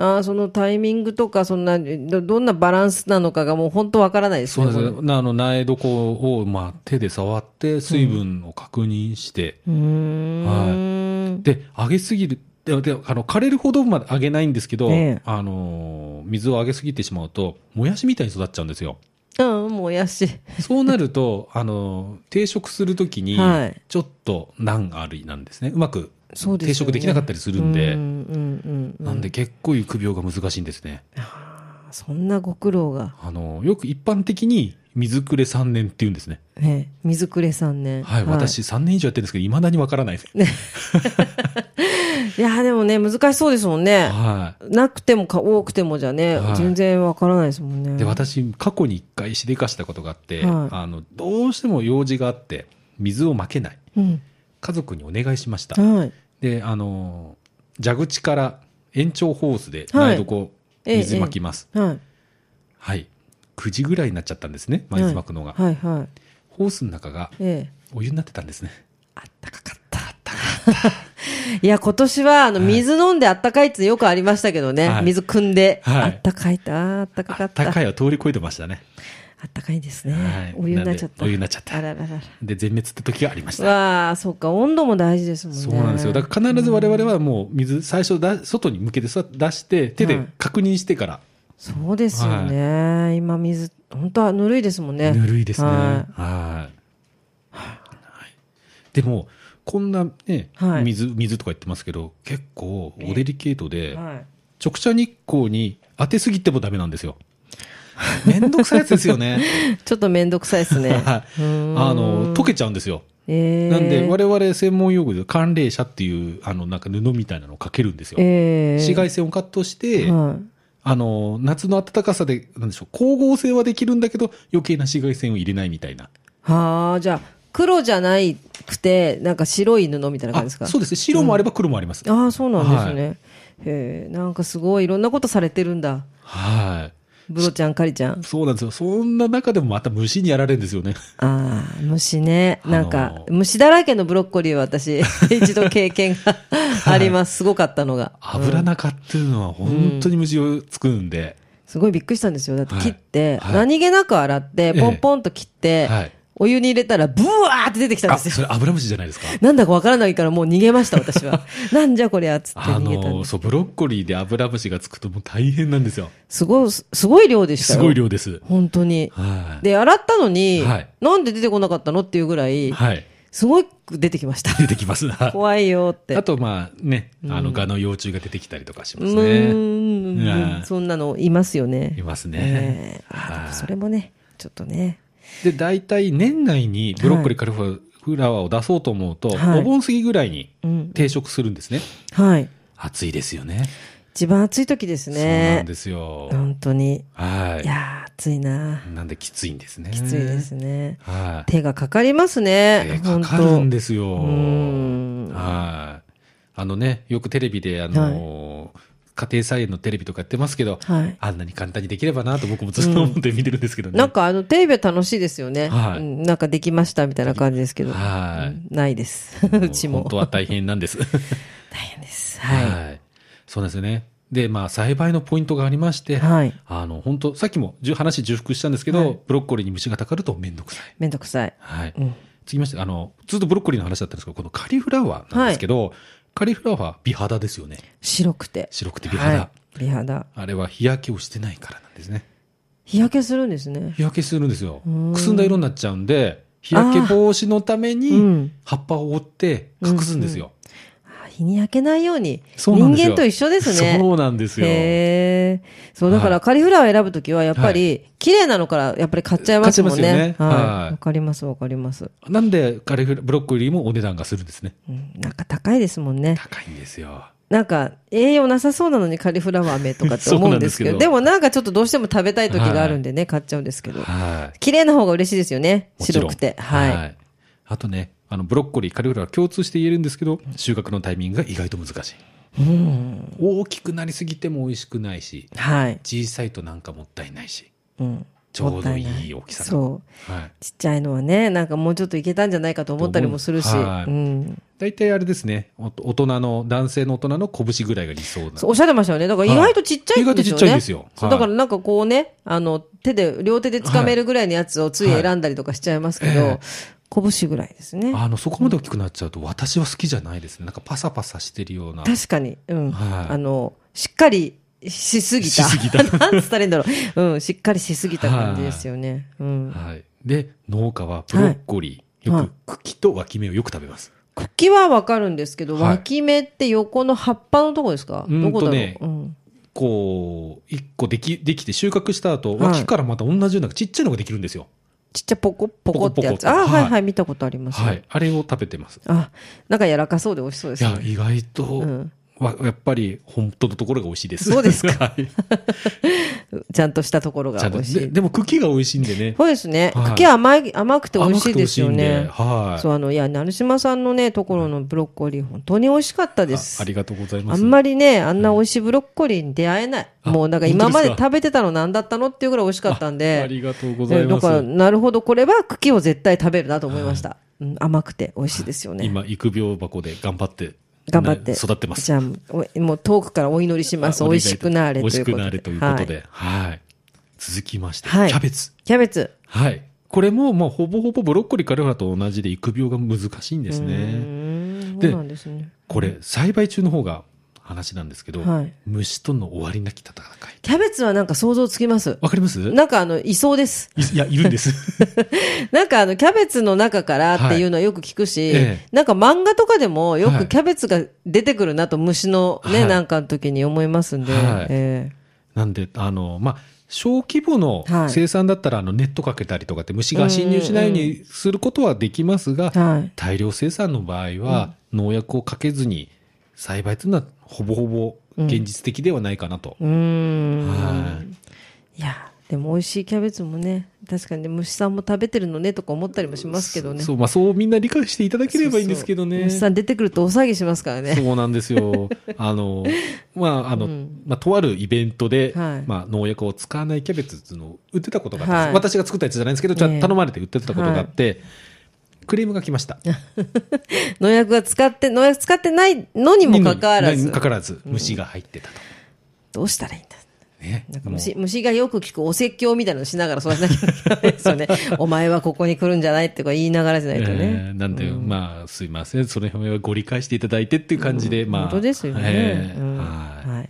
[SPEAKER 2] あーそのタイミングとか、そんな、どどんなバランスなのかがもう本当わからないです
[SPEAKER 1] そう
[SPEAKER 2] ね。
[SPEAKER 1] です
[SPEAKER 2] これ
[SPEAKER 1] あの苗床を、まあ、手で触って水分を確認して、
[SPEAKER 2] うーん。
[SPEAKER 1] で上げすぎるでであの枯れるほどまで上げないんですけど、
[SPEAKER 2] ええ
[SPEAKER 1] あのー水を上げすぎてしまうともやしみたいに育っちゃうんですよ
[SPEAKER 2] うん、もやし。
[SPEAKER 1] そうなると あのー定食するときに
[SPEAKER 2] はい
[SPEAKER 1] ちょっと難ありなんですねうまく
[SPEAKER 2] そうですよね
[SPEAKER 1] 定食できなかったりするんで、
[SPEAKER 2] うんうんうん。
[SPEAKER 1] なんで結構育苗が難しいんですね
[SPEAKER 2] そんなご苦労が。
[SPEAKER 1] あのーよく一般的に水くれ3年って言うんですね
[SPEAKER 2] ね、水くれさんね。
[SPEAKER 1] はい、私。3年以上やってるんですけどいまだにわからないです、
[SPEAKER 2] いや、でもね、難しそうですもんね。
[SPEAKER 1] はい
[SPEAKER 2] なくてもか多くてもじゃね
[SPEAKER 1] は、い
[SPEAKER 2] 全然わからないですもんね。
[SPEAKER 1] で、私、過去に一回しでかしたことがあって、
[SPEAKER 2] はい
[SPEAKER 1] あの、どうしても用事があって、水をまけない。
[SPEAKER 2] うん。
[SPEAKER 1] 家族にお願いしました。
[SPEAKER 2] はい。
[SPEAKER 1] で、あのー、蛇口から延長ホースで、
[SPEAKER 2] はい
[SPEAKER 1] 毎度こう、
[SPEAKER 2] ええ
[SPEAKER 1] 水まきます。
[SPEAKER 2] はい。
[SPEAKER 1] はい。9時ぐらいになっちゃったんですね、毎日まくのが。
[SPEAKER 2] はいはい。
[SPEAKER 1] ホースの中が
[SPEAKER 2] ええ。
[SPEAKER 1] お湯になってたんですね。
[SPEAKER 2] あったかかった。 いや、今年は、あの、水飲んであったかいってよくありましたけどね。
[SPEAKER 1] はい
[SPEAKER 2] 水汲んで、
[SPEAKER 1] はい
[SPEAKER 2] あったかいって、あーあったかか
[SPEAKER 1] あ
[SPEAKER 2] っ。
[SPEAKER 1] ったた
[SPEAKER 2] い。
[SPEAKER 1] かいは通り越えてましたね。
[SPEAKER 2] あったかいですね。
[SPEAKER 1] はい
[SPEAKER 2] お湯になっちゃった。
[SPEAKER 1] なんでお湯になっちゃった
[SPEAKER 2] あらららら。
[SPEAKER 1] で、全滅って時がありました。
[SPEAKER 2] わあ、そうか、温度も大事ですもんね。
[SPEAKER 1] そうなんですよ。だから必ず我々はもう水、最初だ、外に向けてさ出して、手で確認してから、
[SPEAKER 2] そうですよね。今、水、本当はぬるいですもんね。
[SPEAKER 1] ぬるいですね。は。
[SPEAKER 2] はい
[SPEAKER 1] はいでも、こんなね、
[SPEAKER 2] はい
[SPEAKER 1] 水、水とか言ってますけど、結構、おデリケート
[SPEAKER 2] い。
[SPEAKER 1] で、
[SPEAKER 2] はい
[SPEAKER 1] 直射日光に当てすぎてもダメなんです よ。めんどくさいやつですよね。
[SPEAKER 2] ちょっとめんどくさいですね。
[SPEAKER 1] は
[SPEAKER 2] うー
[SPEAKER 1] い
[SPEAKER 2] ん
[SPEAKER 1] あの、溶けちゃうんですよ。
[SPEAKER 2] えー、
[SPEAKER 1] なんで、我々専門用語で寒冷遮っていう、あの、なんか布みたいなのをかけるんですよ。
[SPEAKER 2] えー、
[SPEAKER 1] 紫外線をカットして、
[SPEAKER 2] は
[SPEAKER 1] あの、夏の暖かさで、なんでしょう、光合成はできるんだけど、余計な紫外線を入れないみたいな。
[SPEAKER 2] い。はあ、じゃあ、黒じゃないくて、なんか白い布みたいな感じですか
[SPEAKER 1] あそうですね白もあれば黒もあります、
[SPEAKER 2] ああ、そうなんですね。へえ、なんかすごいいろんなことされてるんだ。
[SPEAKER 1] は
[SPEAKER 2] ブロちゃん、カリちゃん
[SPEAKER 1] い。そうなんですよそんな中でもまた虫にやられるんですよね
[SPEAKER 2] ああ、虫ね。なんか、
[SPEAKER 1] あの
[SPEAKER 2] 虫だらけのブロッコリーは私、 一度経験があります。すごかったのが。
[SPEAKER 1] 油中っていうのは本当に虫をつくんで、
[SPEAKER 2] すごいびっくりしたんですよ。だって
[SPEAKER 1] はい
[SPEAKER 2] 切って、
[SPEAKER 1] はい
[SPEAKER 2] 何気なく洗って、
[SPEAKER 1] え
[SPEAKER 2] ポンポンと切って、
[SPEAKER 1] はい
[SPEAKER 2] お湯に入れたら、ブワーって出てきたん
[SPEAKER 1] あ
[SPEAKER 2] ですよ。
[SPEAKER 1] それアブラムシじゃない ですか
[SPEAKER 2] なんだかわからないからもう逃げました、私 は。なんじゃこりゃ、つって
[SPEAKER 1] あ
[SPEAKER 2] 逃げたん
[SPEAKER 1] の
[SPEAKER 2] です。
[SPEAKER 1] そうブロッコリーでアブラムシがつくともう大変なんですよ
[SPEAKER 2] すごい、すごい量でした
[SPEAKER 1] す
[SPEAKER 2] よ。
[SPEAKER 1] ごい量です
[SPEAKER 2] 本当に。
[SPEAKER 1] はい
[SPEAKER 2] で、洗ったのに、
[SPEAKER 1] はい
[SPEAKER 2] なんで出てこなかったのっていうぐらい、
[SPEAKER 1] はい
[SPEAKER 2] すごく出てきました。
[SPEAKER 1] 出てきますあ
[SPEAKER 2] 怖いよって。
[SPEAKER 1] とまあねあのガの幼虫が出てきたりとかし
[SPEAKER 2] う
[SPEAKER 1] ますね
[SPEAKER 2] ーん
[SPEAKER 1] うん
[SPEAKER 2] そんなのいますよね。
[SPEAKER 1] います
[SPEAKER 2] え
[SPEAKER 1] ね
[SPEAKER 2] え、あでもそれもね、ちょっとね。
[SPEAKER 1] で大体年内にブロッコリーカリフラワーを出そうと思うと、
[SPEAKER 2] はい
[SPEAKER 1] お盆過ぎぐらいに
[SPEAKER 2] うん
[SPEAKER 1] 定食するんですね、
[SPEAKER 2] はい。
[SPEAKER 1] 暑いですよね。
[SPEAKER 2] 一番暑い時です
[SPEAKER 1] そうな
[SPEAKER 2] ね
[SPEAKER 1] ん。ですよ。
[SPEAKER 2] 本当に。
[SPEAKER 1] はいい。
[SPEAKER 2] やー、暑いな。
[SPEAKER 1] なんできついんですね。
[SPEAKER 2] きついです。ね。
[SPEAKER 1] はい。
[SPEAKER 2] 手がかかります
[SPEAKER 1] 手
[SPEAKER 2] ね。
[SPEAKER 1] か
[SPEAKER 2] 本
[SPEAKER 1] かるん
[SPEAKER 2] 当。
[SPEAKER 1] ですよ。
[SPEAKER 2] ん
[SPEAKER 1] はい。あのね、よくテレビで、あのー家庭菜園のテレビとかやってますけど、
[SPEAKER 2] はい
[SPEAKER 1] あんなに簡単にできればなと僕もずっと思って見てるんですけどね。
[SPEAKER 2] なんかあの、テレビは楽しいですよね。
[SPEAKER 1] はい
[SPEAKER 2] うんなんかできましたみたいな感じですけど。
[SPEAKER 1] はい
[SPEAKER 2] うんないです。 うちも。
[SPEAKER 1] 本当は大変な んです。
[SPEAKER 2] 大変です。はい。
[SPEAKER 1] い。そうなんですよね。で、まあ、栽培のポイントがありまして、
[SPEAKER 2] はい
[SPEAKER 1] あの、本当さっきもじゅ話重複したんですけど、
[SPEAKER 2] はい
[SPEAKER 1] ブロッコリーに虫がたかるとめんどくさい。
[SPEAKER 2] めんどくさい。
[SPEAKER 1] はい。
[SPEAKER 2] うん
[SPEAKER 1] 次まして、あの、ずっとブロッコリーの話だったんですけど、このカリフラワーなんですけど、カリフラワー美肌ですよね。
[SPEAKER 2] 白くて。
[SPEAKER 1] 白くて美肌。
[SPEAKER 2] はい。美肌。
[SPEAKER 1] あれは日焼けをしてないからなんですね。
[SPEAKER 2] 日焼けするんですね。
[SPEAKER 1] 日焼けするんですよ。
[SPEAKER 2] ん
[SPEAKER 1] くすんだ色になっちゃうんで、日焼け防止のため
[SPEAKER 2] うん
[SPEAKER 1] に葉っぱを折って隠すんですよ。
[SPEAKER 2] あ日に焼けないように。
[SPEAKER 1] そうなんですよ
[SPEAKER 2] 人間と一緒ですね。
[SPEAKER 1] そうなんですよ。
[SPEAKER 2] へえ。そう、だか
[SPEAKER 1] は
[SPEAKER 2] らカリフラワー選ぶときは、やっぱり、綺麗なのから、やっぱり買っちゃいますもん
[SPEAKER 1] 買っ
[SPEAKER 2] ね。
[SPEAKER 1] ちゃいますよねは
[SPEAKER 2] はいい。わかります、わかります。
[SPEAKER 1] なんでカリフラブロッコリーもお値段がするんですね。
[SPEAKER 2] うんなんか高いですもんね。
[SPEAKER 1] 高いんですよ。
[SPEAKER 2] なんか、栄養なさそうなのにカリフラワー飴とかって思うんですけ
[SPEAKER 1] そうなんですけど
[SPEAKER 2] ど、でもなんかちょっとどうしても食べたい時があるんでね、買っちゃうんですけど。
[SPEAKER 1] は
[SPEAKER 2] 綺麗な方が嬉しいですよね。
[SPEAKER 1] い。もちろん
[SPEAKER 2] 白くて。はい。
[SPEAKER 1] い。あとね、あの、ブロッコリー、カリフラワー共通して言えるんですけど、収穫のタイミングが意外と難しい。大きくなりすぎても美味しくないし、
[SPEAKER 2] はい。
[SPEAKER 1] 小さいとなんかもったいないし、
[SPEAKER 2] うん。
[SPEAKER 1] ちょうどい
[SPEAKER 2] もった
[SPEAKER 1] い
[SPEAKER 2] な
[SPEAKER 1] 大きさが
[SPEAKER 2] そう。
[SPEAKER 1] はい。
[SPEAKER 2] ちっちゃいのはね、なんかもうちょっといけたんじゃないかと思ったりもするし。
[SPEAKER 1] と思うはい
[SPEAKER 2] うん。
[SPEAKER 1] 大体あれですね、お大人の、男性の大人の拳ぐらいが理想な
[SPEAKER 2] そうおっしゃってましたよね。だから意外とちっちゃいんですよね。
[SPEAKER 1] はい意外とちっちゃいんですよ
[SPEAKER 2] そう
[SPEAKER 1] は
[SPEAKER 2] だ
[SPEAKER 1] い
[SPEAKER 2] からなんかこうね、あの、手で、両手で掴めるぐらいのやつをつい選んだりとかしちゃいますけど、
[SPEAKER 1] はい
[SPEAKER 2] 拳ぐらいですね。
[SPEAKER 1] あの、そこまで大きくなっちゃうと私は好きじゃないですね。なんかパサパサしてるような。
[SPEAKER 2] 確かに、うん、
[SPEAKER 1] はい
[SPEAKER 2] あのしっかりしすぎた、
[SPEAKER 1] しすぎた
[SPEAKER 2] なんつったらいいんだろう、うん、しっかりしすぎた感じですよね。うん、
[SPEAKER 1] はい。で、農家はブロッコリー、
[SPEAKER 2] はい
[SPEAKER 1] よく茎と脇芽をよく食べます。
[SPEAKER 2] 茎はわかるんですけど、
[SPEAKER 1] はい
[SPEAKER 2] 脇芽って横の葉っぱのとこですか、
[SPEAKER 1] うん
[SPEAKER 2] どこだろ
[SPEAKER 1] と
[SPEAKER 2] う、
[SPEAKER 1] ね
[SPEAKER 2] うん、
[SPEAKER 1] こう、一個でき、できて収穫した後、
[SPEAKER 2] はい
[SPEAKER 1] 脇からまた同じようなちっちゃいのができるんですよ。
[SPEAKER 2] ちっちゃポコポコってやつ。
[SPEAKER 1] ポコポ
[SPEAKER 2] あ、
[SPEAKER 1] コ
[SPEAKER 2] はい、
[SPEAKER 1] は
[SPEAKER 2] はいい、見たことあります、
[SPEAKER 1] はい。あれを食べてます。
[SPEAKER 2] あ、なんか柔らかそうで美味しそうで
[SPEAKER 1] い
[SPEAKER 2] すね
[SPEAKER 1] や、意外と、
[SPEAKER 2] ん
[SPEAKER 1] わやっぱり本当のところが美味しいです。
[SPEAKER 2] そうですか
[SPEAKER 1] はい。
[SPEAKER 2] ちゃんとしたところ
[SPEAKER 1] ち
[SPEAKER 2] が
[SPEAKER 1] ゃん
[SPEAKER 2] 美
[SPEAKER 1] と
[SPEAKER 2] 味し
[SPEAKER 1] で
[SPEAKER 2] い。
[SPEAKER 1] でも茎が美味しいんでね。
[SPEAKER 2] そうですね。
[SPEAKER 1] はい
[SPEAKER 2] 茎は甘い、甘くて美味しいですよ
[SPEAKER 1] 甘くて美味
[SPEAKER 2] ね
[SPEAKER 1] しいんで。はい
[SPEAKER 2] そう、あの、いや、成島さんのね、ところのブロッコリー、本当に美味しかったで
[SPEAKER 1] あ
[SPEAKER 2] す。
[SPEAKER 1] ありがとうございま
[SPEAKER 2] あ
[SPEAKER 1] す。
[SPEAKER 2] んまりね、あんな美味しいブロッコリーに出会えない。
[SPEAKER 1] あ
[SPEAKER 2] もうなんか
[SPEAKER 1] 本当
[SPEAKER 2] 今
[SPEAKER 1] ですか
[SPEAKER 2] まで食べてたの何だったのっていうぐらい美味しかったん
[SPEAKER 1] ああ
[SPEAKER 2] で。
[SPEAKER 1] りがとうござ
[SPEAKER 2] え
[SPEAKER 1] い
[SPEAKER 2] だ
[SPEAKER 1] ます。
[SPEAKER 2] から、なるほど、これは茎を絶対食べるなと思いました。うん、甘くて美味しいですよね。
[SPEAKER 1] 今、育苗箱で頑張って、
[SPEAKER 2] 頑張って。
[SPEAKER 1] 育ってます。
[SPEAKER 2] じゃあ、おもう遠くからお祈りします。
[SPEAKER 1] あお
[SPEAKER 2] 美
[SPEAKER 1] 願い
[SPEAKER 2] 味しくなれ
[SPEAKER 1] 美
[SPEAKER 2] と
[SPEAKER 1] 味
[SPEAKER 2] いうこ
[SPEAKER 1] しく
[SPEAKER 2] とで。
[SPEAKER 1] なれということ
[SPEAKER 2] はい
[SPEAKER 1] で。はい。続きまして、キ
[SPEAKER 2] はい
[SPEAKER 1] ャベツ。
[SPEAKER 2] キャベツ。
[SPEAKER 1] はい。これも、まあ、ほぼほぼブロッコリーカルフラと同じで育苗が難しいんです
[SPEAKER 2] う
[SPEAKER 1] ね。
[SPEAKER 2] ーん、
[SPEAKER 1] で
[SPEAKER 2] そうなんですね。
[SPEAKER 1] これ、栽培中の方が話なんですけど
[SPEAKER 2] はい、
[SPEAKER 1] 虫との終わりなき戦い。
[SPEAKER 2] キャベツはなんか想像つきます。
[SPEAKER 1] わかりますい
[SPEAKER 2] なんかあの、いそうです。
[SPEAKER 1] いや、いるんです。
[SPEAKER 2] なんかあの、キャベツの中からっていうのはよく聞くし、
[SPEAKER 1] はいええ
[SPEAKER 2] なんか漫画とかでもよ
[SPEAKER 1] は
[SPEAKER 2] く
[SPEAKER 1] い
[SPEAKER 2] キャベツが出てくるなと虫のね、
[SPEAKER 1] はい
[SPEAKER 2] なんかの時に思いますんで、
[SPEAKER 1] はい
[SPEAKER 2] え
[SPEAKER 1] なんで、あの、まあ、小規模の
[SPEAKER 2] はい
[SPEAKER 1] 生産だったら、あの、ネットかけたりとかって虫が侵入しないようにすることはできますが
[SPEAKER 2] え、はい。
[SPEAKER 1] 大量生産の場合は、農薬をかけずに栽培というのはほぼほぼ現実的ではないかなと、
[SPEAKER 2] うーん。
[SPEAKER 1] はい
[SPEAKER 2] いや、でも美味しいキャベツもね、確かにね虫さんも食べてるのねとか思ったりもしますけどね。
[SPEAKER 1] そうまあ、そうみんな理解していただければいいんですけどね
[SPEAKER 2] 虫さん出てくると大騒ぎしますからね。
[SPEAKER 1] そうなんで すよあのまああの、まあ、とあるイベントで、
[SPEAKER 2] はい
[SPEAKER 1] まあ、農薬を使わないキャベツっていうのを売ってたことがあったんです、
[SPEAKER 2] はい
[SPEAKER 1] 私が作ったやつじゃないんですけどちょっ
[SPEAKER 2] え
[SPEAKER 1] と
[SPEAKER 2] え
[SPEAKER 1] 頼まれて売ってたことがあって、クレームが来ました。
[SPEAKER 2] 農薬が使って、農薬使ってないの にもかかわら
[SPEAKER 1] に
[SPEAKER 2] ず
[SPEAKER 1] も、かかわらず、虫が入ってたと。
[SPEAKER 2] どうしたらいいんだ
[SPEAKER 1] ね。
[SPEAKER 2] なんか
[SPEAKER 1] もう
[SPEAKER 2] 虫虫がよく聞くお説教みたいなのしながらそうしなきゃいけないですよ ね。お前はここに来るんじゃないってか言いながらじゃないとね。
[SPEAKER 1] えーなんで、まあ、すいません。その辺はご理解していただいてっていう感じで、まあ。
[SPEAKER 2] 本当ですよね。
[SPEAKER 1] えー
[SPEAKER 2] うん
[SPEAKER 1] はい
[SPEAKER 2] はい。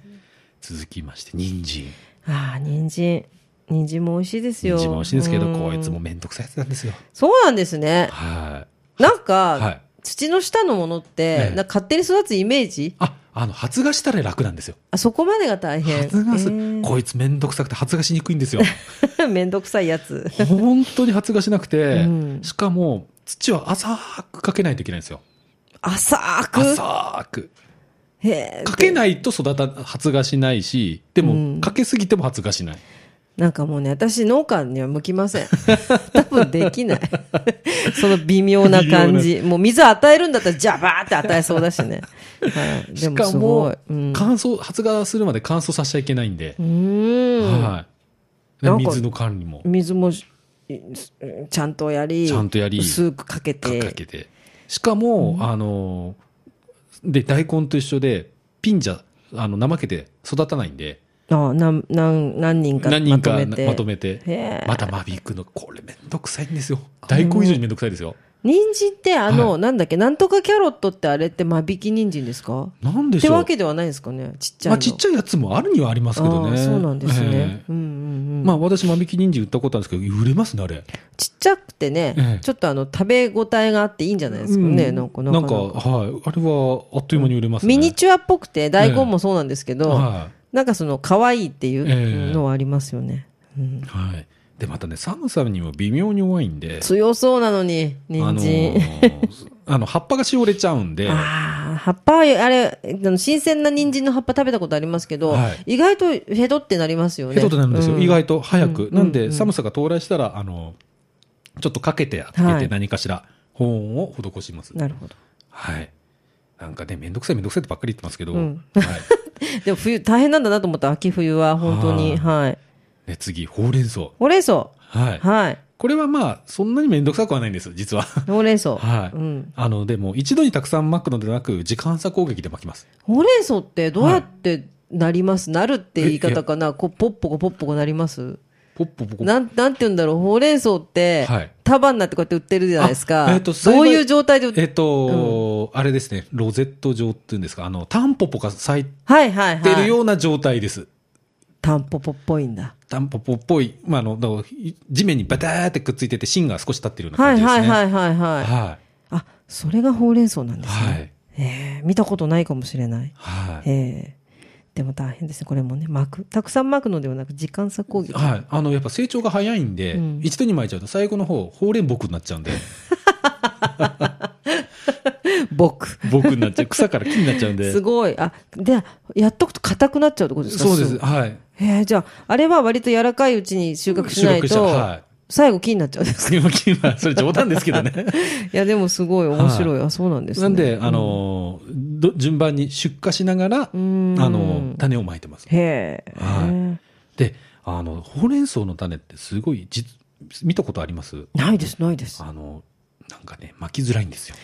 [SPEAKER 1] 続きまして、人参。
[SPEAKER 2] ああ、人参。人参も美味しいですよ。
[SPEAKER 1] 人参も美味しいんですけ
[SPEAKER 2] う
[SPEAKER 1] ど、
[SPEAKER 2] ん
[SPEAKER 1] こいつもめんどくさいやつなんですよ。
[SPEAKER 2] そうなんですね。
[SPEAKER 1] はい。
[SPEAKER 2] なんか、
[SPEAKER 1] はい
[SPEAKER 2] 土の下のものって
[SPEAKER 1] え、え
[SPEAKER 2] なんか勝手に育つイメージ
[SPEAKER 1] あ、あの、発芽したら楽なんですよ。
[SPEAKER 2] あ、そこまでが大変。
[SPEAKER 1] 発芽す、
[SPEAKER 2] えー
[SPEAKER 1] こいつめんどくさくて発芽しにくいんですよ。
[SPEAKER 2] めんどくさいやつ。
[SPEAKER 1] 本当に発芽しなくて、
[SPEAKER 2] うん
[SPEAKER 1] しかも、土は浅くかけないといけないんですよ。
[SPEAKER 2] 浅く。
[SPEAKER 1] 浅く。
[SPEAKER 2] へえ
[SPEAKER 1] かけないと育た、発芽しないし、でも、
[SPEAKER 2] うん
[SPEAKER 1] かけすぎても発芽しない。
[SPEAKER 2] なんかもうね、私農家には向きません。 多分できない。 その微妙な感じ。もう水与えるんだったら、じゃばーって与えそうだしね。はい、で
[SPEAKER 1] し
[SPEAKER 2] も
[SPEAKER 1] か
[SPEAKER 2] すご
[SPEAKER 1] も
[SPEAKER 2] い。うん。
[SPEAKER 1] 乾燥発芽するまで乾燥させちゃいけないんで
[SPEAKER 2] う、ーん
[SPEAKER 1] はい
[SPEAKER 2] なんか
[SPEAKER 1] 水の管理も
[SPEAKER 2] 水もしいちゃんとやり、
[SPEAKER 1] ちゃんとやり
[SPEAKER 2] 薄くかけ
[SPEAKER 1] か
[SPEAKER 2] て。
[SPEAKER 1] けてしかも、あので大根と一緒でピンじゃあの怠けて育たないんで
[SPEAKER 2] あなんなん何人か
[SPEAKER 1] 何
[SPEAKER 2] ま
[SPEAKER 1] 人
[SPEAKER 2] と
[SPEAKER 1] か
[SPEAKER 2] め
[SPEAKER 1] な
[SPEAKER 2] て。
[SPEAKER 1] まとめて
[SPEAKER 2] へえ
[SPEAKER 1] また間引くのこれめんどくさいんですよ大根以上にめんどくさいですよ
[SPEAKER 2] 人参ってあの、
[SPEAKER 1] は
[SPEAKER 2] なんだっけ、なんとかキャロットってあれって間引き人参ですか
[SPEAKER 1] なんで
[SPEAKER 2] って
[SPEAKER 1] しょ
[SPEAKER 2] わ
[SPEAKER 1] う
[SPEAKER 2] けではないですかね。ちっちゃい
[SPEAKER 1] ま
[SPEAKER 2] の。
[SPEAKER 1] あちっちゃいやつもあるにはありますけど
[SPEAKER 2] あ
[SPEAKER 1] ね
[SPEAKER 2] ーそうなんですね
[SPEAKER 1] え。え
[SPEAKER 2] うんうんうん。
[SPEAKER 1] まあ私間引き人参売ったことあるんですけど売れますねあれ
[SPEAKER 2] ちっちゃくてね、
[SPEAKER 1] ええ
[SPEAKER 2] ちょっとあの食べ応えがあっていいんじゃないですかね、
[SPEAKER 1] うん
[SPEAKER 2] なんか
[SPEAKER 1] な
[SPEAKER 2] なんか
[SPEAKER 1] か
[SPEAKER 2] なか
[SPEAKER 1] はいあれはあっという間に売れますね
[SPEAKER 2] ミニチュアっぽくて大根もそうなんですけど、
[SPEAKER 1] は
[SPEAKER 2] なんかその可愛いってい
[SPEAKER 1] え
[SPEAKER 2] う
[SPEAKER 1] え
[SPEAKER 2] のはありますよね、うん
[SPEAKER 1] い、はい、でまたね寒さにも微妙に弱いんで
[SPEAKER 2] 強そうなのに 人
[SPEAKER 1] あの
[SPEAKER 2] 参、
[SPEAKER 1] ーあの葉っぱがしおれちゃうんで
[SPEAKER 2] あー葉っぱはあれあの新鮮な人参の葉っぱ食べたことありますけど、
[SPEAKER 1] はい
[SPEAKER 2] 意外とヘドってなりますよね
[SPEAKER 1] ヘトとなるんですよ、
[SPEAKER 2] う
[SPEAKER 1] 意外と早く、
[SPEAKER 2] うん
[SPEAKER 1] なん
[SPEAKER 2] う
[SPEAKER 1] で
[SPEAKER 2] ん
[SPEAKER 1] 寒さが到来したらあのちょっとかけてあ
[SPEAKER 2] は
[SPEAKER 1] げ
[SPEAKER 2] い
[SPEAKER 1] て何かしら保温を施します、はい
[SPEAKER 2] なるほど
[SPEAKER 1] なんかねめんどくさいめんどくさいってばっかり言ってますけど、
[SPEAKER 2] うん
[SPEAKER 1] はい
[SPEAKER 2] でも冬大変なんだなと思った秋冬は本当にはい、
[SPEAKER 1] ね、次ほうれん草
[SPEAKER 2] ほうれん草
[SPEAKER 1] はい、
[SPEAKER 2] はい
[SPEAKER 1] これはまあそんなにめんどくさくはないんです実は
[SPEAKER 2] ほうれん草、
[SPEAKER 1] はい、
[SPEAKER 2] うん
[SPEAKER 1] あのでも一度にたくさん巻くのではなく時間差攻撃で巻きます
[SPEAKER 2] ほうれん草ってどうやってなります、なるって言い方かなこうポッポコポッポコなります
[SPEAKER 1] ポッポポコ
[SPEAKER 2] なんなんて言うんだろうほうれん草って、
[SPEAKER 1] はい
[SPEAKER 2] 束になってこうやって売ってるじゃないですか、
[SPEAKER 1] あえっと
[SPEAKER 2] どういう状態で売って
[SPEAKER 1] えっと、あれですね、ロゼット状っていうんですか、あの、タンポポが咲い
[SPEAKER 2] はいはい
[SPEAKER 1] て
[SPEAKER 2] は
[SPEAKER 1] る
[SPEAKER 2] い
[SPEAKER 1] ような状態です。
[SPEAKER 2] タンポポっぽいんだ
[SPEAKER 1] タンポポっぽい、まあ、あの、だから地面にバターってくっついてて芯が少し立ってるような
[SPEAKER 2] は
[SPEAKER 1] 感
[SPEAKER 2] い
[SPEAKER 1] じです
[SPEAKER 2] はい
[SPEAKER 1] ね。
[SPEAKER 2] はいはいはい、
[SPEAKER 1] はい。
[SPEAKER 2] あそれがほうれん草なんですね、
[SPEAKER 1] はい。
[SPEAKER 2] えー見たことないかもしれない、
[SPEAKER 1] はい。
[SPEAKER 2] えーでも大変ですねこれもね巻くたくさん巻くのではなく時間差 攻撃
[SPEAKER 1] はい。あの、やっぱ成長が早いんで、
[SPEAKER 2] うん
[SPEAKER 1] 一度に巻いちゃうと最後の方、ほうれん木になっちゃうんで、
[SPEAKER 2] 僕
[SPEAKER 1] 木になっちゃう。草から木になっちゃうんで。
[SPEAKER 2] すごいあでやっとくと硬くなっちゃうってことですか
[SPEAKER 1] そうですす。
[SPEAKER 2] ぐ
[SPEAKER 1] はい。
[SPEAKER 2] えーじゃああれは割と柔らかいうちに収穫しない
[SPEAKER 1] 収穫しちゃう
[SPEAKER 2] と、
[SPEAKER 1] はい
[SPEAKER 2] 最後木になっちゃう
[SPEAKER 1] まあそれ冗談ですけ どね。
[SPEAKER 2] いやでもすごい面白い、あそうなんですね
[SPEAKER 1] なんで、あのーど順番に出荷しながら、あ
[SPEAKER 2] ん
[SPEAKER 1] のー種をまいてます。
[SPEAKER 2] へえ、
[SPEAKER 1] はで、あの、ほうれん草の種ってすごい、じ見たことあります
[SPEAKER 2] ないですないです
[SPEAKER 1] あの、なんかね、巻きづらいんですよ。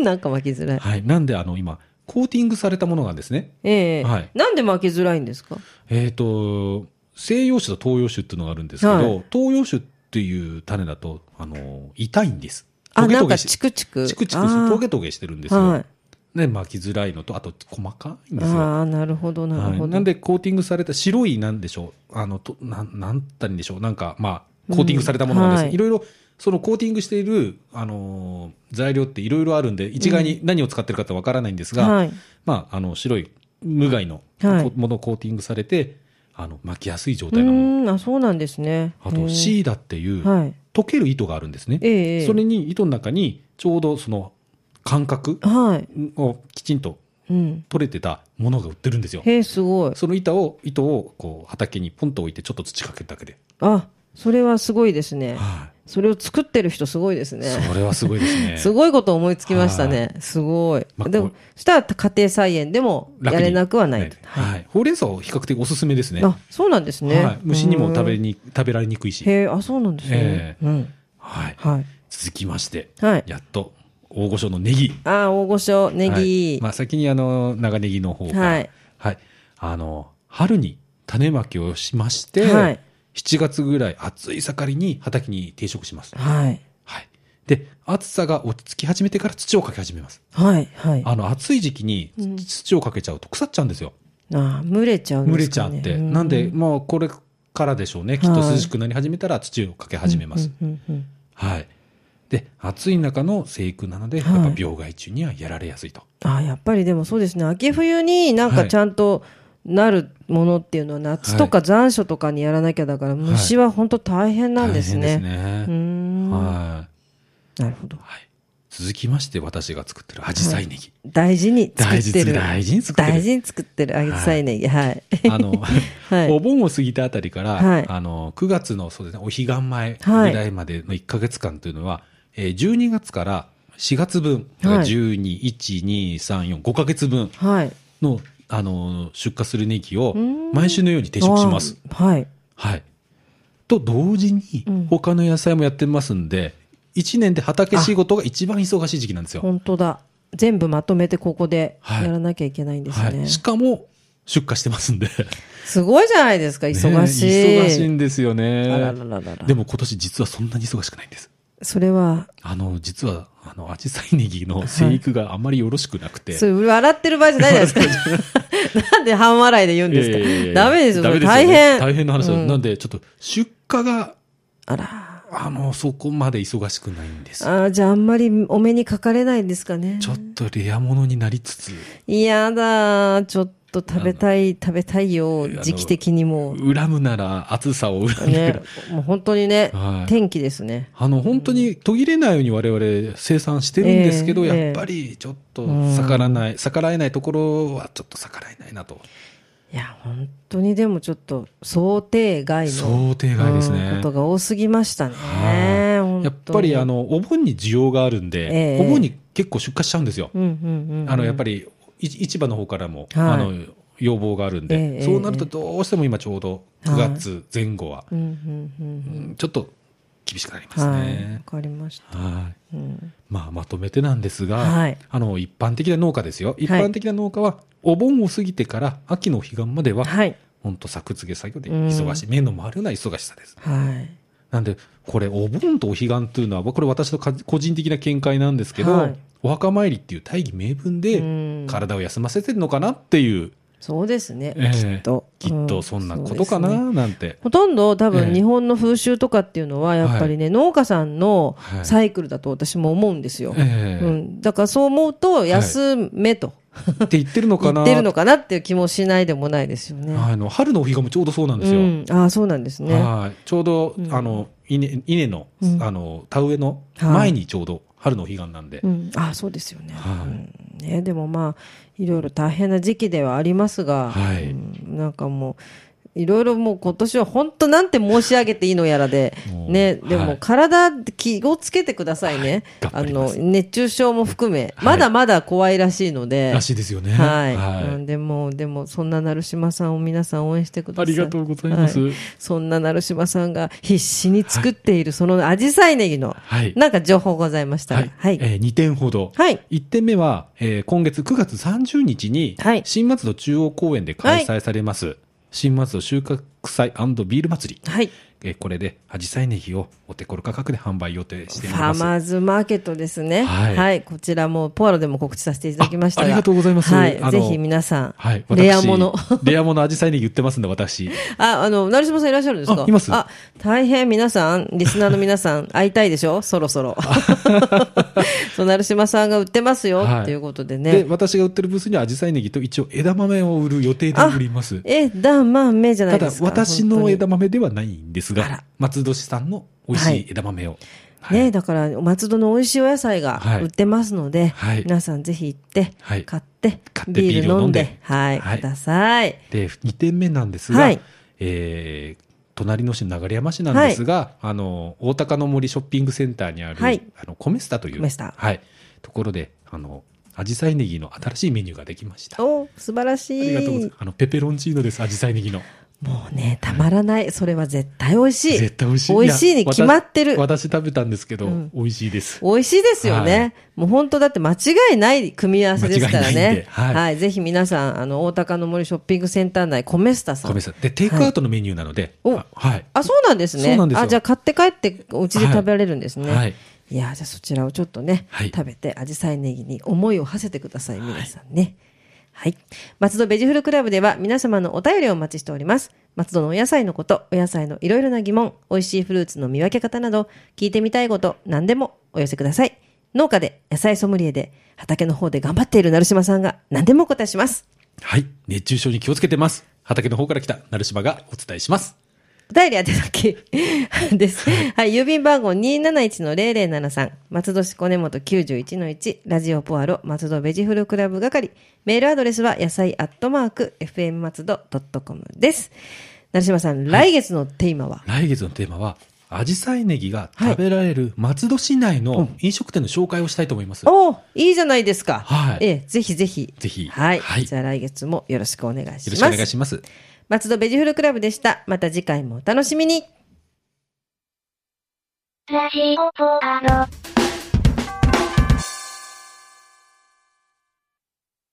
[SPEAKER 2] なんか巻きづらい
[SPEAKER 1] はい。なんで、あの、今、コーティングされたものがですね、
[SPEAKER 2] ええ
[SPEAKER 1] はい
[SPEAKER 2] なんで巻きづらいんですか
[SPEAKER 1] えっ、と、西洋種と東洋種っていうのがあるんですけど、
[SPEAKER 2] はい
[SPEAKER 1] 東洋種っていう種だと、あの、痛いんです。
[SPEAKER 2] あ
[SPEAKER 1] トゲ
[SPEAKER 2] な
[SPEAKER 1] ト
[SPEAKER 2] んか
[SPEAKER 1] ゲし
[SPEAKER 2] チクチク
[SPEAKER 1] チクチクして、トゲ
[SPEAKER 2] で
[SPEAKER 1] トゲしてるんですよ。
[SPEAKER 2] はい
[SPEAKER 1] ね、巻きづらいのと、あと、細かいんですよ。
[SPEAKER 2] ああなるほどなるほど、
[SPEAKER 1] はい、なんでコーティングされた白いなんでしょうあのとなんなんたんでしょうなんかまあコーティングされたものなんです、
[SPEAKER 2] うんはい
[SPEAKER 1] い、ろいろそのコーティングしている、あのー材料っていろいろあるんで一概に何を使ってるかってわからないんですが、
[SPEAKER 2] はい
[SPEAKER 1] まあ、あの白い無害の
[SPEAKER 2] はい
[SPEAKER 1] こものをコーティングされてあの巻きやすい状
[SPEAKER 2] う
[SPEAKER 1] 態なもの
[SPEAKER 2] ーんあそうなんですね
[SPEAKER 1] あ
[SPEAKER 2] へ
[SPEAKER 1] と
[SPEAKER 2] え
[SPEAKER 1] シーダっていう
[SPEAKER 2] はい
[SPEAKER 1] 溶ける糸があるんですね、
[SPEAKER 2] ええ
[SPEAKER 1] それに糸の中にちょうどその感覚
[SPEAKER 2] はい
[SPEAKER 1] をきちんと
[SPEAKER 2] うん
[SPEAKER 1] 取れてたものが売ってるんですよ。
[SPEAKER 2] へえすごい
[SPEAKER 1] その板を、糸をこう畑にポンと置いてちょっと土かけるだけで。
[SPEAKER 2] あそれはすごいですね
[SPEAKER 1] は
[SPEAKER 2] それを作ってる人すごいです
[SPEAKER 1] い。
[SPEAKER 2] ね
[SPEAKER 1] それはすごいです ね。
[SPEAKER 2] すごいこと思いつきましたね。すごい。
[SPEAKER 1] まあ
[SPEAKER 2] でも
[SPEAKER 1] こ、
[SPEAKER 2] そしたら家庭菜園でもや
[SPEAKER 1] 楽に
[SPEAKER 2] れなくはないと。
[SPEAKER 1] はい。ほうれん草は比較的おすすめですね。
[SPEAKER 2] あ、そうなんですね。
[SPEAKER 1] はい。虫にも食べ
[SPEAKER 2] に。
[SPEAKER 1] に、食べられにくいし。
[SPEAKER 2] へえ、あ、そうなんですね
[SPEAKER 1] え。え
[SPEAKER 2] うん。
[SPEAKER 1] はい。
[SPEAKER 2] はい。
[SPEAKER 1] 続きまして、
[SPEAKER 2] はい。
[SPEAKER 1] やっと大御所のネギ。
[SPEAKER 2] あー、大御所、ネ
[SPEAKER 1] はい
[SPEAKER 2] ギ
[SPEAKER 1] ま。あ先にあの、長ネギの方が。
[SPEAKER 2] はい。
[SPEAKER 1] はい。あの、春に種まきをしまして、
[SPEAKER 2] はい
[SPEAKER 1] 7月ぐらい暑い盛りに畑に定食します。
[SPEAKER 2] はい。
[SPEAKER 1] はい。で、暑さが落ち着き始めてから土をかけ始めます。
[SPEAKER 2] はい。はい。あ
[SPEAKER 1] あの暑い時期に
[SPEAKER 2] うん
[SPEAKER 1] 土をかけちゃうと腐っちゃうんですよ、
[SPEAKER 2] ー、群れちゃうん
[SPEAKER 1] 蒸
[SPEAKER 2] で
[SPEAKER 1] れ
[SPEAKER 2] す
[SPEAKER 1] ちゃ
[SPEAKER 2] か
[SPEAKER 1] っ
[SPEAKER 2] ね。
[SPEAKER 1] て、
[SPEAKER 2] う
[SPEAKER 1] なんで、もうこれからでしょうねきっと
[SPEAKER 2] はい
[SPEAKER 1] 涼しくなり始めたら土をかけ始めます、。
[SPEAKER 2] うんうんうん
[SPEAKER 1] はいで暑い中の生育なので、
[SPEAKER 2] はい
[SPEAKER 1] やっぱ病害虫にはやられやすいと
[SPEAKER 2] あー、やっぱりでもそうですね。秋冬になんか
[SPEAKER 1] はい
[SPEAKER 2] ちゃんとなるものっていうのは夏とか残暑とかにやらなきゃだから、虫は本当大変なんですね。
[SPEAKER 1] 大変で
[SPEAKER 2] う
[SPEAKER 1] す
[SPEAKER 2] ー
[SPEAKER 1] ね、
[SPEAKER 2] ん。
[SPEAKER 1] は
[SPEAKER 2] なるほど
[SPEAKER 1] い。はい、続きまして私が作ってるアジサイネギ。
[SPEAKER 2] 大事に作ってる。
[SPEAKER 1] 大事に作ってる
[SPEAKER 2] 大事に作ってる。あげさいねぎ。はい。
[SPEAKER 1] あの、
[SPEAKER 2] はい
[SPEAKER 1] お盆を過ぎたあたりから、
[SPEAKER 2] はい
[SPEAKER 1] あの、9月の、そうですね、お彼岸前ぐらいまでの1ヶ月間というのは、えー12月から4月分、だから
[SPEAKER 2] はい
[SPEAKER 1] 12、1、2、3、4、5ヶ月分
[SPEAKER 2] はい。
[SPEAKER 1] の、あの、出荷するネギを、毎週のように定食します。
[SPEAKER 2] あー。はい。
[SPEAKER 1] はい。と同時に、他の野菜もやってますんで、1年で畑仕事が一番忙しい時期なんですよ。
[SPEAKER 2] 本当だ。全部まとめてここで
[SPEAKER 1] はい
[SPEAKER 2] やらなきゃいけないんです
[SPEAKER 1] は
[SPEAKER 2] ね。
[SPEAKER 1] い。しかも、出荷してますんで。
[SPEAKER 2] すごいじゃないですか、忙しい。
[SPEAKER 1] ねえ忙しいんですよね。
[SPEAKER 2] あららららら
[SPEAKER 1] でも今年実はそんなに忙しくないんです。
[SPEAKER 2] それは、
[SPEAKER 1] あの、実は、あの、アジサイネギの生育があまりよろしくなくて。
[SPEAKER 2] それ笑ってる場合じゃないじゃない ですか。なんで半笑いで言うん
[SPEAKER 1] い
[SPEAKER 2] で
[SPEAKER 1] やいやいやい
[SPEAKER 2] す
[SPEAKER 1] や
[SPEAKER 2] か。ダメですよ、それ
[SPEAKER 1] よね
[SPEAKER 2] 大変。
[SPEAKER 1] 大変な話だ、
[SPEAKER 2] うん
[SPEAKER 1] なんで、ちょっと出荷が、
[SPEAKER 2] あら。
[SPEAKER 1] あの、そこまで忙しくないんです。
[SPEAKER 2] あーじゃああんまりお目にかかれないんですかね。
[SPEAKER 1] ちょっとレアものになりつつ、
[SPEAKER 2] いやだー、ちょっと食べたい、食べたいよ、時期的にもう。
[SPEAKER 1] 恨むなら暑さを恨んでく
[SPEAKER 2] ね
[SPEAKER 1] る。、
[SPEAKER 2] もう本当にね、
[SPEAKER 1] はい
[SPEAKER 2] 天気ですね。
[SPEAKER 1] あの、本当に途切れないように我々生産してるんですけど、
[SPEAKER 2] ええ
[SPEAKER 1] やっぱりちょっと逆らわない、逆らえないところはちょっと逆らえないなと。
[SPEAKER 2] いや、本当にでもちょっと想定外の
[SPEAKER 1] 想定外ですね
[SPEAKER 2] うんことが多すぎましたね。
[SPEAKER 1] はい
[SPEAKER 2] 本当に
[SPEAKER 1] やっぱりあ、のお盆に需要があるんで、
[SPEAKER 2] ええ
[SPEAKER 1] お盆に結構出荷しちゃうんですよ、
[SPEAKER 2] うんうんうん、
[SPEAKER 1] あのやっぱりい市場の方からも、
[SPEAKER 2] はい
[SPEAKER 1] あの要望があるんで、
[SPEAKER 2] ええ
[SPEAKER 1] そうなるとどうしても今ちょうど9月前後は、
[SPEAKER 2] うんうんうん
[SPEAKER 1] うんちょっと厳しくなりま
[SPEAKER 2] うん、
[SPEAKER 1] す
[SPEAKER 2] はい、わ
[SPEAKER 1] ね。
[SPEAKER 2] かりました。
[SPEAKER 1] は
[SPEAKER 2] う
[SPEAKER 1] い
[SPEAKER 2] ん、
[SPEAKER 1] まあ、まとめてなんですが、
[SPEAKER 2] はい
[SPEAKER 1] あの一般的な農家ですよ、一般的な農家は、お盆を過ぎてから秋の彼岸までは、
[SPEAKER 2] はい、
[SPEAKER 1] 本当、作付け作業で忙しい、目の回るような忙しさです。
[SPEAKER 2] はい、
[SPEAKER 1] なんで、これ、お盆とお彼岸というのは、これ、私のか個人的な見解なんですけど、
[SPEAKER 2] はい
[SPEAKER 1] お墓参りっていう大義名分
[SPEAKER 2] う
[SPEAKER 1] で
[SPEAKER 2] ん、
[SPEAKER 1] 体を休ませてるのかなっていう、
[SPEAKER 2] そうですね、
[SPEAKER 1] ええ
[SPEAKER 2] きっと、
[SPEAKER 1] きっとそんなことか
[SPEAKER 2] うんそうですね
[SPEAKER 1] ななんて、
[SPEAKER 2] ほとんど多
[SPEAKER 1] ええ
[SPEAKER 2] 分日本の風習とかっていうのはやっぱりね、農家さんの
[SPEAKER 1] はい
[SPEAKER 2] サイクルだと私も思うんですよ。
[SPEAKER 1] ええ
[SPEAKER 2] うん、だからそう思うと休めと
[SPEAKER 1] って言ってるのか
[SPEAKER 2] 言
[SPEAKER 1] な
[SPEAKER 2] ってるのかなっていう気もしないでもないですよね。
[SPEAKER 1] あの春のお彼岸もちょうどそうなんですよ。
[SPEAKER 2] うん、ああそうなんですね。
[SPEAKER 1] はいちょうど、あの稲稲の,、
[SPEAKER 2] うん
[SPEAKER 1] あの田植えの
[SPEAKER 2] はい
[SPEAKER 1] 前にちょうど春のお彼岸なんで、
[SPEAKER 2] うん、ああそうですよね,、
[SPEAKER 1] はい
[SPEAKER 2] うん、ねでもまあいろいろ大変な時期ではありますが、
[SPEAKER 1] はい
[SPEAKER 2] うんなんかもういろいろもう今年は本当なんて申し上げていいのやらで
[SPEAKER 1] もう
[SPEAKER 2] ねで
[SPEAKER 1] は
[SPEAKER 2] も
[SPEAKER 1] い
[SPEAKER 2] 体気をつけてくださいね、
[SPEAKER 1] はい頑張
[SPEAKER 2] あ
[SPEAKER 1] りま
[SPEAKER 2] の
[SPEAKER 1] す
[SPEAKER 2] 熱中症も含め、
[SPEAKER 1] はい
[SPEAKER 2] まだまだ怖いらしいので
[SPEAKER 1] らしいですよね。
[SPEAKER 2] はい、
[SPEAKER 1] は
[SPEAKER 2] う
[SPEAKER 1] い
[SPEAKER 2] んでもでもそんな成島さんを皆さん応援してくださ
[SPEAKER 1] あ
[SPEAKER 2] い
[SPEAKER 1] りがとうございます。
[SPEAKER 2] は
[SPEAKER 1] はい
[SPEAKER 2] いそんな成島さんが必死に作っているそのアジサイネギのなんか情報ございましたら、はい
[SPEAKER 1] え2点ほど、
[SPEAKER 2] はい。
[SPEAKER 1] 1点目は、えー今月9月30日に
[SPEAKER 2] はい
[SPEAKER 1] 新松戸中央公園で開催されます、新松戸収穫祭ビール祭り、
[SPEAKER 2] はい。
[SPEAKER 1] えーこれでアジサイネギをお手頃価格で販売予定して
[SPEAKER 2] フ
[SPEAKER 1] おり
[SPEAKER 2] ァー
[SPEAKER 1] ます。
[SPEAKER 2] マーズマーケットですね。
[SPEAKER 1] は
[SPEAKER 2] はいい。こちらも、ポアロでも告知させていただきましたが。
[SPEAKER 1] あありがとうございます
[SPEAKER 2] はい
[SPEAKER 1] あの。
[SPEAKER 2] ぜひ皆さん、
[SPEAKER 1] はい、私
[SPEAKER 2] レアもの。
[SPEAKER 1] レアものアジサイネギ売ってますんで、私。
[SPEAKER 2] あ、あの、成島さんいらっしゃるんですか
[SPEAKER 1] あいます
[SPEAKER 2] あ、大変皆さん、リスナーの皆さ ん、会いたいでしょそろそろ。そう、成島さんが売ってますよ、
[SPEAKER 1] はい
[SPEAKER 2] っていうことで
[SPEAKER 1] で、
[SPEAKER 2] ね。
[SPEAKER 1] 私が売ってるブースにはアジサイネギと一応枝豆を売る予定で売ります。
[SPEAKER 2] え、だ、まあ、めじゃない
[SPEAKER 1] た
[SPEAKER 2] で
[SPEAKER 1] だ、
[SPEAKER 2] すか。
[SPEAKER 1] 私の枝
[SPEAKER 2] 豆。
[SPEAKER 1] 豆ではないんです
[SPEAKER 2] あ
[SPEAKER 1] が
[SPEAKER 2] ら、
[SPEAKER 1] 松戸市産の美味
[SPEAKER 2] は
[SPEAKER 1] しい
[SPEAKER 2] い
[SPEAKER 1] 枝豆を。はい
[SPEAKER 2] ねだから、松戸の美味しいお野菜が
[SPEAKER 1] はい
[SPEAKER 2] 売ってますので、
[SPEAKER 1] はい
[SPEAKER 2] 皆さんぜひ行って、
[SPEAKER 1] はい
[SPEAKER 2] 買って
[SPEAKER 1] 買っ、て
[SPEAKER 2] ビール飲ん
[SPEAKER 1] ビール飲んで
[SPEAKER 2] で、はい、
[SPEAKER 1] はい
[SPEAKER 2] ください。
[SPEAKER 1] で、2点目なんですが、
[SPEAKER 2] はい
[SPEAKER 1] えー隣の市の流山市なんですが、あの、大高の森ショッピングセンターにある、
[SPEAKER 2] はい
[SPEAKER 1] あの、コメスタという、
[SPEAKER 2] コメスタ
[SPEAKER 1] はい、ところで、あの、アジサイネギの新しいメニューができました。あ
[SPEAKER 2] お素晴らし
[SPEAKER 1] りがとうござい
[SPEAKER 2] い
[SPEAKER 1] ます。あの、ペペロンチーノです、アジサイネギの。
[SPEAKER 2] もうねたまらないそれは絶対美味しい
[SPEAKER 1] 絶対美味しい。
[SPEAKER 2] 美味しいに
[SPEAKER 1] や
[SPEAKER 2] 決まってる
[SPEAKER 1] わた私食べたんですけど、
[SPEAKER 2] うん
[SPEAKER 1] 美味しいです。
[SPEAKER 2] 美味しいですよね、
[SPEAKER 1] は
[SPEAKER 2] もう本当だって間違いない組み合わせですから
[SPEAKER 1] 間違いないんで
[SPEAKER 2] ね
[SPEAKER 1] はい
[SPEAKER 2] ぜひ皆さんあの大高の森ショッピングセンター内コメスタさ
[SPEAKER 1] ごめん
[SPEAKER 2] ん
[SPEAKER 1] なさい。で、テイクアウトのメニューなので、
[SPEAKER 2] はいお
[SPEAKER 1] あはい。
[SPEAKER 2] あそうなんですね
[SPEAKER 1] そうなんですよ
[SPEAKER 2] あじゃあ買って帰ってお家で食べられるんですね、
[SPEAKER 1] はい
[SPEAKER 2] い
[SPEAKER 1] はい
[SPEAKER 2] やじゃあそちらをちょっとね、
[SPEAKER 1] はい
[SPEAKER 2] 食べてアジサイネギに思いを馳せてください皆さんね、はい。松戸ベジフルクラブでは皆様のお便りをお待ちしております。松戸のお野菜のこと、お野菜のいろいろな疑問、美味しいフルーツの見分け方など、聞いてみたいこと、何でもお寄せください。農家で、野菜ソムリエで、畑の方で頑張っている成島さんが何でもお答えします。
[SPEAKER 1] はい。熱中症に気をつけてます。畑の方から来た、成島がお伝えします。
[SPEAKER 2] お便り宛先 です。はい、郵便番号271-0073、松戸市根本91-1、ラジオポアロ、松戸ベジフルクラブ係、メールアドレスは野菜アットマーク、fm 松戸 .com です。成島さん、来月のテーマは、
[SPEAKER 1] 来月のテーマは、アジサイネギが食べられる松戸市内の飲食店の紹介をしたいと思います。
[SPEAKER 2] おおいいじゃないですか。
[SPEAKER 1] はい
[SPEAKER 2] ええ、ぜひぜひ。
[SPEAKER 1] ぜひ
[SPEAKER 2] はい。
[SPEAKER 1] はい
[SPEAKER 2] じゃあ来月もよろしくお願いします。
[SPEAKER 1] よろしくお願いします。
[SPEAKER 2] 松戸ベジフルクラブでした。また次回もお楽しみに。
[SPEAKER 3] ラジオポアロ。